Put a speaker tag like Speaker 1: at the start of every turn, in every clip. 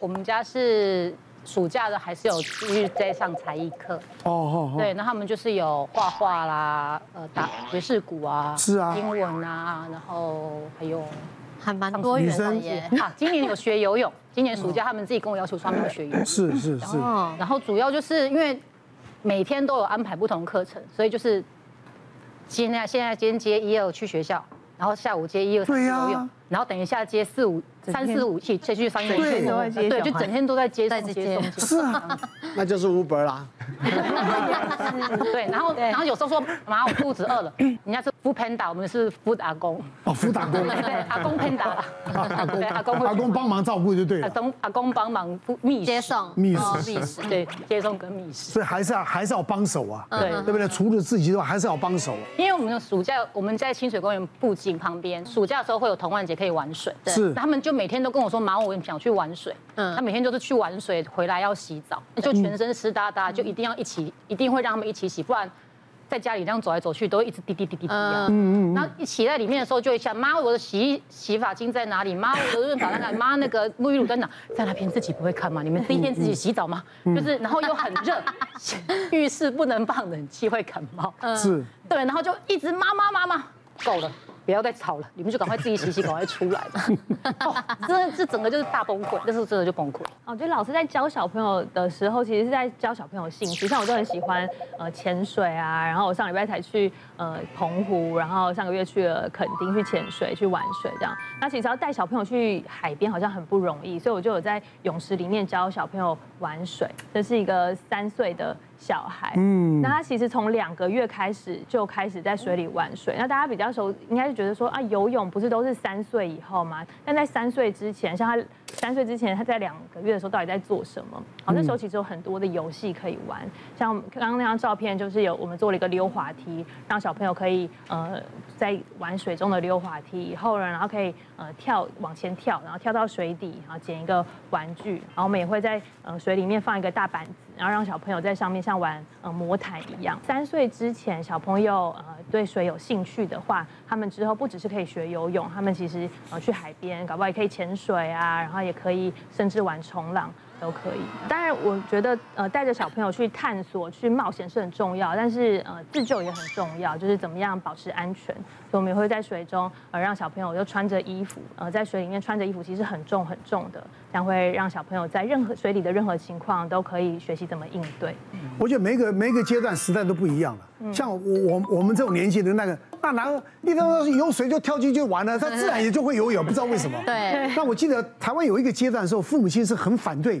Speaker 1: 我们家是暑假的还是有去在上才艺课，
Speaker 2: 哦哦，哦
Speaker 1: 对，那他们就是有画画啦，呃，打爵士鼓啊，
Speaker 2: 是啊
Speaker 1: 英文啊，然后还有
Speaker 3: 还蛮多元的耶。
Speaker 1: 啊，今年有学游泳，今年暑假他们自己跟我要求说他们要学游泳，
Speaker 2: 是是是，
Speaker 3: 哦，
Speaker 1: 然后主要就是因为每天都有安排不同课程，所以就是现在现在今天接一二去学校，然后下午接一二三
Speaker 2: 对呀
Speaker 1: 游泳，然后等一下接四五三四五去再去上幼
Speaker 2: 整天都
Speaker 4: 在
Speaker 1: 对，
Speaker 4: 接
Speaker 1: 就
Speaker 4: 小孩
Speaker 1: 整天都在接
Speaker 3: 在
Speaker 1: 送
Speaker 3: 接
Speaker 1: 接送接
Speaker 2: 是啊，那就是 Uber 啦。
Speaker 1: 送， 对，然后然后有时候说妈我肚子饿了，人家是 food panda，我们是 food 阿公，
Speaker 2: 哦，辅导工，
Speaker 1: 对，阿公 panda 啦，
Speaker 2: 阿公
Speaker 1: 对，阿公会
Speaker 2: 阿公帮忙照顾就对
Speaker 1: 阿
Speaker 2: 了，
Speaker 1: 公阿公帮忙觅
Speaker 3: 接
Speaker 1: 食，
Speaker 3: 送
Speaker 2: 觅食
Speaker 3: 哦觅食
Speaker 1: 对，接送跟觅食。
Speaker 2: 所以还是要还是要帮手啊，
Speaker 1: 对
Speaker 2: 对不对？除了自己之外，还是要帮手。啊
Speaker 1: 因为我们的暑假，我们在清水公园附近旁边，暑假的时候会有童玩节可以玩水，
Speaker 3: 对
Speaker 2: 是
Speaker 1: 那他们就每天都跟我说，妈，我想去玩水。嗯，
Speaker 3: 嗯
Speaker 1: 他每天就是去玩水，回来要洗澡，就全身湿哒哒，就一定要一起，一定会让他们一起洗，不然在家里这样走来走去，都会一直滴滴滴滴滴啊。嗯嗯。然后一起在里面的时候，就会想，妈，我的洗衣洗发精在哪里？妈，我的润发在哪里？妈，那个沐浴乳在哪？在那边自己不会看吗？你们第一天自己洗澡吗？就是，然后又很 热，浴室不能放冷气，会感冒。
Speaker 2: 是，
Speaker 1: 对，然后就一直妈妈妈妈，够了，不要再吵了，你们就赶快自己洗洗，赶快出来吧。 哦真的，这整个就是大崩溃，那时候真的就崩溃。
Speaker 4: 我觉得哦老师在教小朋友的时候，其实是在教小朋友兴趣。像我就很喜欢呃潜水啊，然后我上礼拜才去呃澎湖，然后上个月去了垦丁去潜水去玩水这样。那其实要带小朋友去海边好像很不容易，所以我就有在泳池里面教小朋友玩水。这是一个三岁的小孩，嗯，那他其实从两个月开始就开始在水里玩水。那大家比较熟，应该是觉得说啊，游泳不是都是三岁以后吗？但在三岁之前，像他三岁之前，他在两个月的时候到底在做什么？好，那时候其实有很多的游戏可以玩，像我们刚刚那张照片就是有我们做了一个溜滑梯，让小朋友可以呃在玩水中的溜滑梯以后呢，然后可以呃跳往前跳，然后跳到水底，然后捡一个玩具，然后我们也会在呃水里面放一个大板子，然后让小朋友在上面像玩呃魔毯一样。三岁之前小朋友呃对水有兴趣的话，他们之后不只是可以学游泳，他们其实呃去海边，搞不好也可以潜水啊，然后也可以甚至玩冲浪。都可以。当然，我觉得呃，带着小朋友去探索、去冒险是很重要，但是呃，自救也很重要，就是怎么样保持安全。所以我们也会在水中呃，让小朋友就穿着衣服，呃，在水里面穿着衣服其实很重很重的，这样会让小朋友在任何水里的任何情况都可以学习怎么应对。
Speaker 2: 我觉得每一个每一个阶段时代都不一样了。像我我我们这种年纪的那个，那哪有一到到有水就跳进去玩了，他自然也就会游泳，不知道为什么。
Speaker 3: 对。
Speaker 2: 那我记得台湾有一个阶段的时候，父母亲是很反对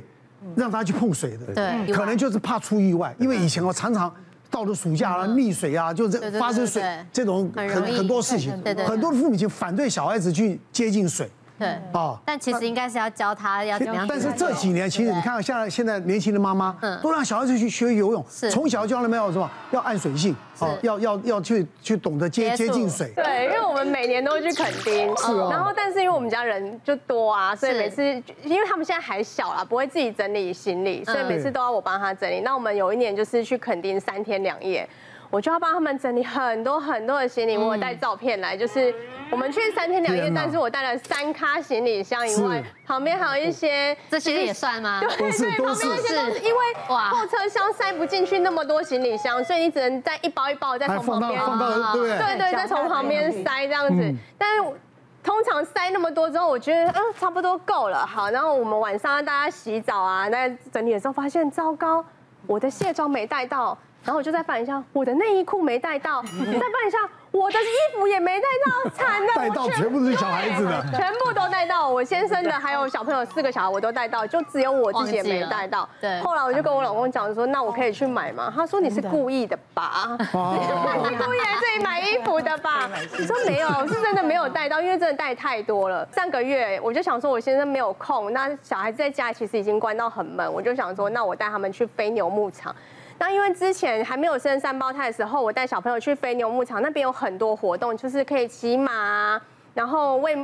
Speaker 2: 让他去碰水的，
Speaker 3: 嗯对
Speaker 2: 可能就是怕出意外，因为以前哦常常。到了暑假啊，溺水啊，就
Speaker 3: 嗯对
Speaker 2: 这
Speaker 3: 对
Speaker 2: 发生水
Speaker 3: 对对
Speaker 2: 这种
Speaker 3: 很
Speaker 2: 很
Speaker 3: 容易
Speaker 2: 很多事情
Speaker 3: 对对对，
Speaker 2: 很多的父母亲反对小孩子去接近水
Speaker 3: 对。
Speaker 2: 啊。
Speaker 3: 但其实应该是要教他要怎么样去游
Speaker 2: 但
Speaker 3: 泳。
Speaker 2: 是这几年，其实你看，现在现在年轻的妈妈，都让小孩子去学游泳，
Speaker 3: 嗯是
Speaker 2: 从小教了没有什么，要按水性，哦，要要要去去懂得接
Speaker 3: 接
Speaker 2: 接
Speaker 3: 触
Speaker 2: 近水，
Speaker 5: 对，因为我们每年都会去垦丁，是
Speaker 2: 哦
Speaker 5: 然后，但是因为我们家人就多啊，所以
Speaker 3: 是
Speaker 5: 每次因为他们现在还小啦，不会自己整理行李，
Speaker 2: 嗯
Speaker 5: 所以每次都要我帮他整理。那我们有一年就是去垦丁三天两夜，我就要帮他们整理很多很多的行李。我有带照片来，就是我们去三天两夜
Speaker 2: 嗯天，哪
Speaker 5: 但是我带了三咖行李箱以外
Speaker 2: 是，
Speaker 5: 旁边还有一些
Speaker 3: 这些也算吗？
Speaker 2: 都是
Speaker 5: 旁
Speaker 2: 都
Speaker 5: 边那
Speaker 2: 是
Speaker 5: 些都是
Speaker 3: 是
Speaker 5: 因为
Speaker 3: 哇
Speaker 5: 后车厢塞不进去那么多行李箱，所以你只能再一包一包地再
Speaker 2: 还哎放
Speaker 5: 从
Speaker 2: 到
Speaker 5: 旁边
Speaker 2: 放到对不对？
Speaker 5: 对对，再从旁边塞这样
Speaker 2: 嗯
Speaker 5: 子。但是我通常塞那么多之后，我觉得嗯差不多够了，好。然后我们晚上大家洗澡啊，那整理的时候发现糟糕，我的卸妆没带到。然后我就再翻一下，我的内衣裤没带到，再翻一下，我的衣服也没带到，惨了！
Speaker 2: 带到
Speaker 5: 我
Speaker 2: 全部都是小孩子的
Speaker 5: 对全部都带到。我先生的还有小朋友四个小孩我都带到，就只有我自己也没带到
Speaker 3: 忘记了。对
Speaker 5: 后来我就跟我老公讲说，那我可以去买吗？他说你是故意的吧？
Speaker 2: 啊
Speaker 5: 你故意来这里买衣服的吧？我说没有，是真的没有带到，因为真的带太多了。上个月我就想说，我先生没有空，那小孩子在家其实已经关到很闷，我就想说，那我带他们去飞牛牧场。那因为之前还没有生三胞胎的时候，我带小朋友去飞牛牧场，那边有很多活动，就是可以骑马啊，然后喂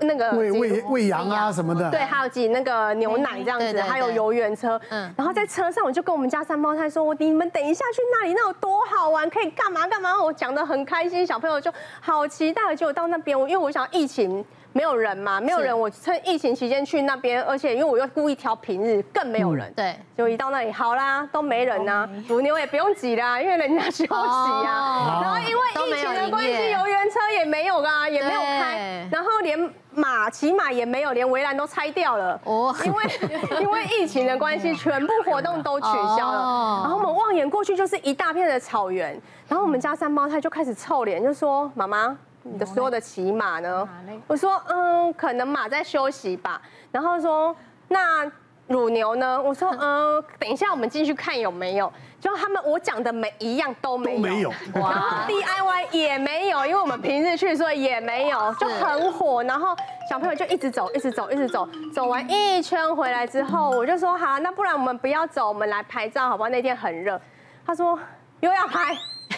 Speaker 5: 那呃个
Speaker 2: 喂
Speaker 5: 鸡
Speaker 2: 喂喂羊啊什么的，
Speaker 5: 对，还有挤那个牛奶这样
Speaker 3: 嗯对
Speaker 5: 子，
Speaker 3: 对
Speaker 5: 还有
Speaker 3: 对
Speaker 5: 游园车。
Speaker 3: 嗯
Speaker 5: 嗯，然后在车上我就跟我们家三胞胎说：“我你们等一下去那里，那有多好玩，可以干嘛干嘛。”我讲的很开心，小朋友就好期待。结果到那边，我因为我想疫情。没有人嘛，没有人，我趁疫情期间去那边，而且因为我又故意挑平日，更没有人。
Speaker 3: 嗯对，
Speaker 5: 就一到那里，好啦，都没人呐、啊，乳牛也不用挤啦，因为人家休息啊。
Speaker 3: 哦
Speaker 5: 然后因为疫情的关
Speaker 3: 都没有营
Speaker 5: 系，
Speaker 3: 业
Speaker 5: 游园车也没有啊，也没有开
Speaker 3: 对，
Speaker 5: 然后连马骑马也没有，连围栏都拆掉了。
Speaker 3: 哦，
Speaker 5: 因为因为疫情的关系，全部活动都取消了
Speaker 3: 哦。
Speaker 5: 然后我们望眼过去就是一大片的草原，然后我们家三胞胎就开始臭脸，就说：“妈妈，你的所有的骑马呢？”我说：“嗯，可能马在休息吧。”然后说：“那。”乳牛呢？我说，嗯，等一下，我们进去看有没有。就他们我讲的每一样都没有，
Speaker 2: 都没有
Speaker 5: 然后 DIY 也没有，因为我们平日去，所以也没有，就很火。然后小朋友就一直走，一直走，一直走，走完一圈回来之后，我就说好，那不然我们不要走，我们来拍照好不好？那天很热，他说又要拍。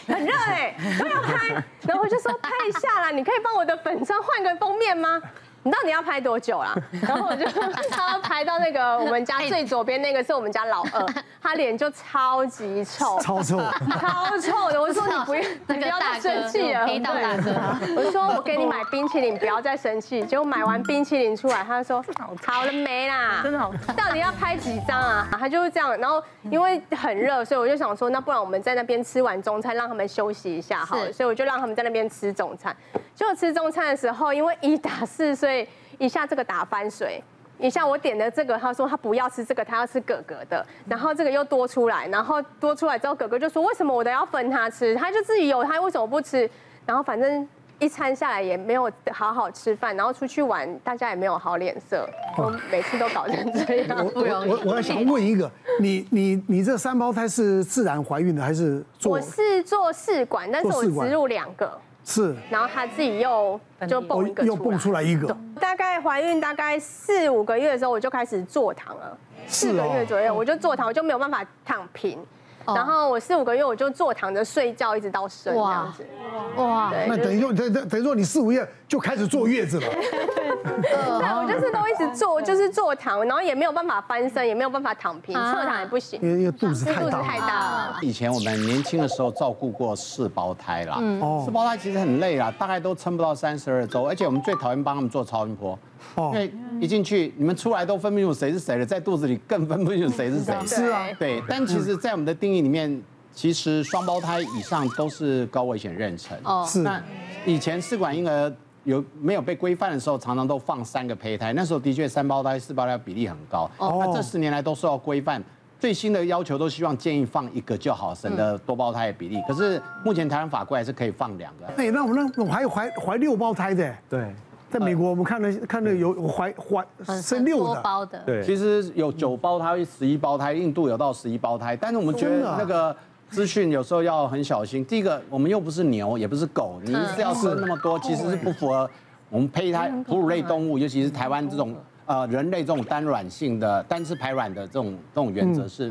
Speaker 5: 很热哎、又要拍，然后我就说拍一下啦，你可以帮我的粉砖换个封面吗？ 你到底要拍多久啦？然后我就 他拍到那个我们家最左边那个是我们家老二，他脸就超级臭，
Speaker 2: 超 臭，
Speaker 5: 超臭的。我说你不要，
Speaker 3: 那
Speaker 5: 你
Speaker 3: 个
Speaker 5: 不要
Speaker 3: 大
Speaker 5: 再
Speaker 3: 哥
Speaker 5: 生气了。
Speaker 3: 黑道大哥
Speaker 5: 对我说我给你买冰淇淋，不要再生气。结果买完冰淇淋出来，他说好了没啦？
Speaker 1: 真的好臭
Speaker 5: 到底要拍几张啊？他就是这样。然后因为很热，所以我就想说，那不然我们在那边吃完中餐，让他们休息一下好了。
Speaker 3: 是
Speaker 5: 所以我就让他们在那边吃中餐。结果吃中餐的时候，因为一打四，所以一下这个打翻水。一下我点的这个，他说他不要吃这个，他要吃哥哥的，然后这个又多出来，然后多出来之后，哥哥就说为什么我的要分他吃，他就自己有，他为什么不吃？然后反正一餐下来也没有好好吃饭，然后出去玩大家也没有好脸色，我每次都搞成这样。
Speaker 2: 我我我我要想问一个，你你你这三胞胎是自然怀孕的还是做
Speaker 5: 我是做试管，但是
Speaker 2: 做
Speaker 5: 我
Speaker 2: 试管
Speaker 5: 植入两个，
Speaker 2: 是
Speaker 5: 然后他自己又就
Speaker 2: 哦
Speaker 5: 蹦一个
Speaker 2: 又蹦出
Speaker 5: 来。
Speaker 2: 来一个？
Speaker 5: 大概怀孕大概四五个月的时候，我就开始坐躺了，
Speaker 2: 是
Speaker 5: 四个
Speaker 2: 哦
Speaker 5: 月左右我就坐躺，我就没有办法躺平。
Speaker 3: 哦
Speaker 5: 然后我四五个月我就坐躺着睡觉，一直到生这
Speaker 3: 哇
Speaker 5: 样子。
Speaker 3: 哇，
Speaker 5: 对，
Speaker 2: 那
Speaker 5: 就是
Speaker 2: 等于说等等等于说你四五月就开始坐月子了，
Speaker 5: 对，我就是都一直
Speaker 3: 哦
Speaker 5: 坐，就是坐躺，然后也没有办法翻身，也没有办法躺平，
Speaker 3: 啊
Speaker 5: 侧躺也不行，
Speaker 2: 因为因为肚子
Speaker 5: 因为
Speaker 2: 太
Speaker 5: 肚子
Speaker 2: 大
Speaker 5: 太
Speaker 2: 了。
Speaker 5: 大了。
Speaker 6: 以前我们年轻的时候照顾过四胞胎啦，
Speaker 2: 哦
Speaker 6: 四胞胎其实很累啦，大概都撑不到三十二周，而且我们最讨厌帮他们做超音波，
Speaker 2: 哦
Speaker 6: 因为一进去你们出来都分不清楚谁是谁了，在肚子里更分不清楚谁是谁。
Speaker 5: 是啊
Speaker 6: 对，但其实，在我们的定义里面，其实双胞胎以上都是高危险妊娠。
Speaker 3: 哦
Speaker 2: 是
Speaker 6: 那以前试管婴儿有没有被规范的时候，常常都放三个胚胎，那时候的确三胞胎、四胞胎比例很高。那这十年来都受到规范，最新的要求都希望建议放一个就好，省得多胞胎的比例。可是目前台湾法规还是可以放两个。
Speaker 2: 哎，那我那我还有怀怀六胞胎的，
Speaker 7: 对
Speaker 2: 在美国我们看了看了有怀怀
Speaker 5: 嗯
Speaker 3: 很
Speaker 2: 生
Speaker 3: 很
Speaker 2: 六
Speaker 3: 多
Speaker 2: 的，
Speaker 3: 包的，
Speaker 7: 对，
Speaker 6: 其实有九胞胎、十一胞胎，印度有到十一胞胎，但是我们觉
Speaker 2: 真的啊
Speaker 6: 得那个资讯有时候要很小心。第一个，我们又不是牛，也不是狗，你一次要生那么多，其实是不符合我们胚胎哺乳类动物，尤其是台湾这种呃人类这种单卵性的单次排卵的这种这种原则是，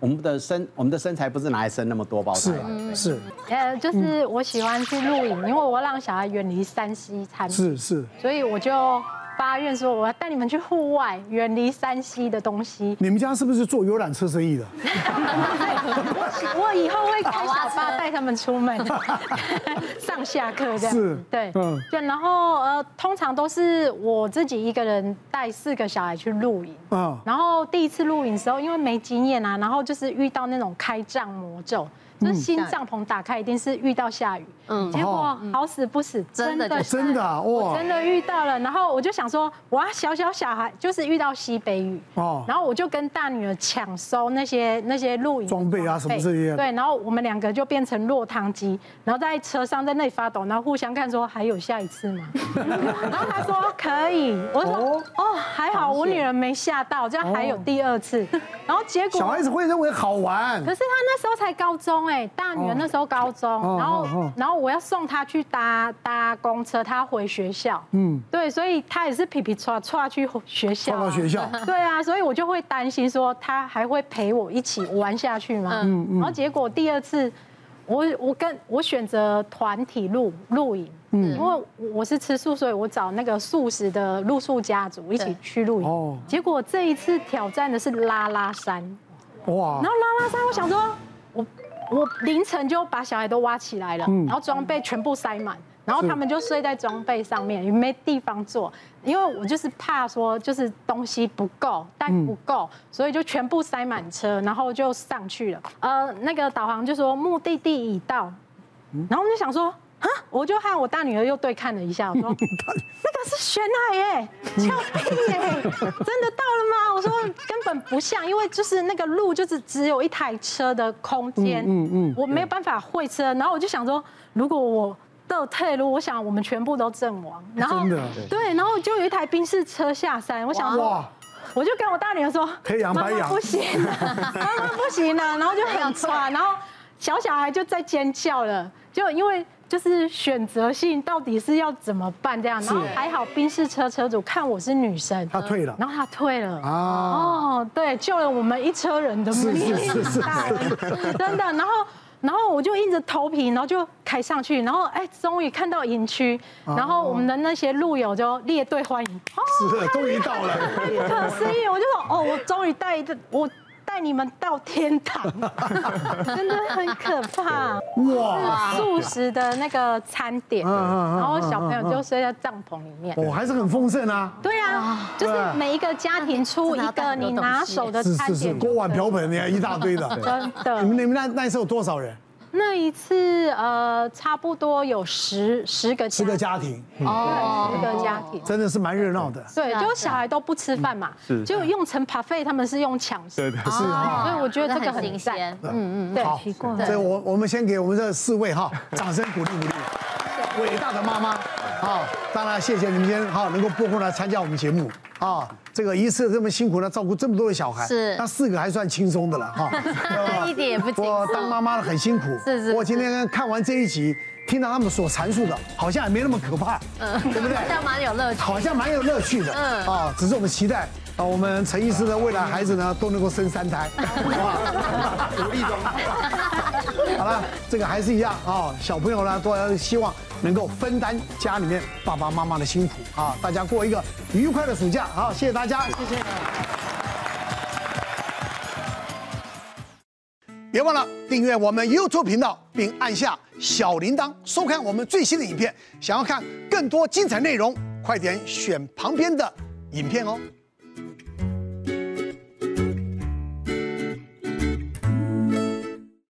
Speaker 6: 我们的身我们的身材不是拿来生那么多胞胎
Speaker 2: 是
Speaker 6: 的。
Speaker 5: 嗯
Speaker 2: 是
Speaker 4: 呃，就是我喜欢去露营，因为我让小孩远离山西产品，
Speaker 2: 是是，
Speaker 4: 所以我就发愿说我要带你们去户外，远离山西的东西。
Speaker 2: 你们家是不是做游览车生意 的？
Speaker 4: 我以后会开小巴带他们出门， 上下课这样。
Speaker 2: 是
Speaker 4: 对，
Speaker 2: 嗯
Speaker 4: 嗯，对。然后呃，通常都是我自己一个人带四个小孩去露营。
Speaker 2: 啊
Speaker 4: 然后第一次露营的时候，因为没经验啊，然后就是遇到那种开帐魔咒，
Speaker 2: 嗯
Speaker 4: 就是新帐篷打开一定是遇到下雨，嗯，结果好死不死，
Speaker 3: 真的
Speaker 2: 哦真的啊
Speaker 4: 我
Speaker 2: 哇
Speaker 4: 真的遇到了，然后我就想说，哇，小小小孩就是遇到西北雨
Speaker 2: 哦
Speaker 4: 哦，然后我就跟大女儿抢收那些那些露营的
Speaker 2: 装备啊什么这些
Speaker 4: 对，然后我们两个就变成落汤鸡，然后在车上在那里发抖，然后互相看说还有下一次 吗？然后他说可以，我就说哦还好我女儿没吓到，这样还
Speaker 2: 哦
Speaker 4: 有第二次，然后结果
Speaker 2: 小孩子会认为好玩
Speaker 4: 可，是他那时候才高中哎，大女儿那时候高中，
Speaker 2: 哦
Speaker 4: 然后、
Speaker 2: 哦哦
Speaker 4: 然后我要送她去搭搭公车，她回学校，
Speaker 2: 嗯
Speaker 4: 嗯，对，所以她也是皮皮唰唰去学校、
Speaker 2: 送到学校，
Speaker 4: 对啊，所以我就会担心说她还会陪我一起玩下去吗？嗯然后结果第二次，我我跟我选择团体露露营。嗯，因为我是吃素，所以我找那个素食的露宿家族一起
Speaker 3: 对
Speaker 4: 去露
Speaker 2: 哦
Speaker 4: 营。结果这一次挑战的是拉拉山，
Speaker 2: 哇
Speaker 4: 然，后拉拉山，我想说，我我凌晨就把小孩都挖起来了，然后装备全部塞满，然后他们就睡在装备上面，也没地方坐，因为我就是怕说就是东西不够，带不够，所以就全部塞满车，然后就上去了。呃，那个导航就说目的地已到，然后我就想说。啊！我就和我大女儿又对看了一下，我说那个是玄海耶，峭壁耶， 真的到了吗？我说根本不像，因为就是那个路就是只有一台车的空间，嗯嗯，我没有办法会车，然后我就想说，如果我倒退路，我想我们全部都阵亡，然后
Speaker 2: 真的
Speaker 4: 对，然后就有一台宾士车下山，我想说
Speaker 2: 哇。
Speaker 4: 我就跟我大女儿说：“
Speaker 2: 黑羊
Speaker 4: 妈
Speaker 2: 白
Speaker 4: 妈
Speaker 2: 羊
Speaker 4: 不行了， 妈妈不行了。”然后就很喘，然后小小孩就在尖叫了，就因为就是选择性到底是要怎么办这样。然后还好宾士车车主看我是女生，
Speaker 2: 他退了
Speaker 4: 然后他退了。
Speaker 2: 啊，
Speaker 4: 哦，对，救了我们一车人的命，
Speaker 2: 是是是是
Speaker 4: 大人 真的。然后，然后我就硬着头皮，然后就开上去，然后哎，终于看到营区，然后我们的那些路友就列队欢迎，哦，
Speaker 2: 哦是的，终于到了，
Speaker 4: 不可思议！我就说，哦，我终于带着我带你们到天堂，真的很可怕。
Speaker 2: 哇，
Speaker 4: 是素食的那个餐点，
Speaker 2: 嗯嗯
Speaker 4: 然后小朋友就睡在帐篷里面。
Speaker 2: 我还是很丰盛啊，
Speaker 4: 对啊，就是每一个家庭出一个你拿手的
Speaker 2: 是
Speaker 4: 餐
Speaker 2: 是是，
Speaker 4: 点，
Speaker 2: 锅碗瓢盆也一大堆的。
Speaker 4: 真
Speaker 2: 你
Speaker 4: 的。
Speaker 2: 们你们那那时候有多少人？
Speaker 4: 那一次呃，差不多有十十个
Speaker 2: 十个家庭，
Speaker 4: 对十个家庭。
Speaker 2: 真的是蛮热闹的。
Speaker 4: 对，就小孩都不吃饭嘛，就用成 buffet，他们是用抢食，
Speaker 7: 对对
Speaker 2: 是哈，
Speaker 4: 所以我觉得这个
Speaker 3: 哦很
Speaker 4: 很
Speaker 3: 新
Speaker 4: 赞。
Speaker 3: 鲜。
Speaker 4: 嗯嗯，对，
Speaker 2: 好
Speaker 4: 奇怪，
Speaker 2: 所以我我们先给我们这四位哈，掌声鼓励鼓励，伟大的妈妈啊！当然谢谢你们今天哈能够拨空来参加我们节目啊。这个一次这么辛苦呢，照顾这么多的小孩，
Speaker 3: 是
Speaker 2: 那四个还算轻松的了 哈。对吧
Speaker 3: 一点也不轻松
Speaker 2: 我当妈妈的很辛苦，
Speaker 3: 是是
Speaker 2: 我今天看完这一集，听到他们所阐述的，好像也没那么可怕，对 不对？
Speaker 3: 嗯像蛮有乐趣。
Speaker 2: 好像蛮有乐趣的，嗯啊，只是我们期待啊，我们陈医师的未来孩子呢都能够生三胎，努力中。好了，这个还是一样啊，小朋友呢都要希望能够分担家里面爸爸妈妈的辛苦啊，大家过一个愉快的暑假啊，谢谢大家，谢谢。别忘了订阅我们 YouTube 频道，并按下小铃铛，收看我们最新的影片。想要看更多精彩内容，快点选旁边的影片哦。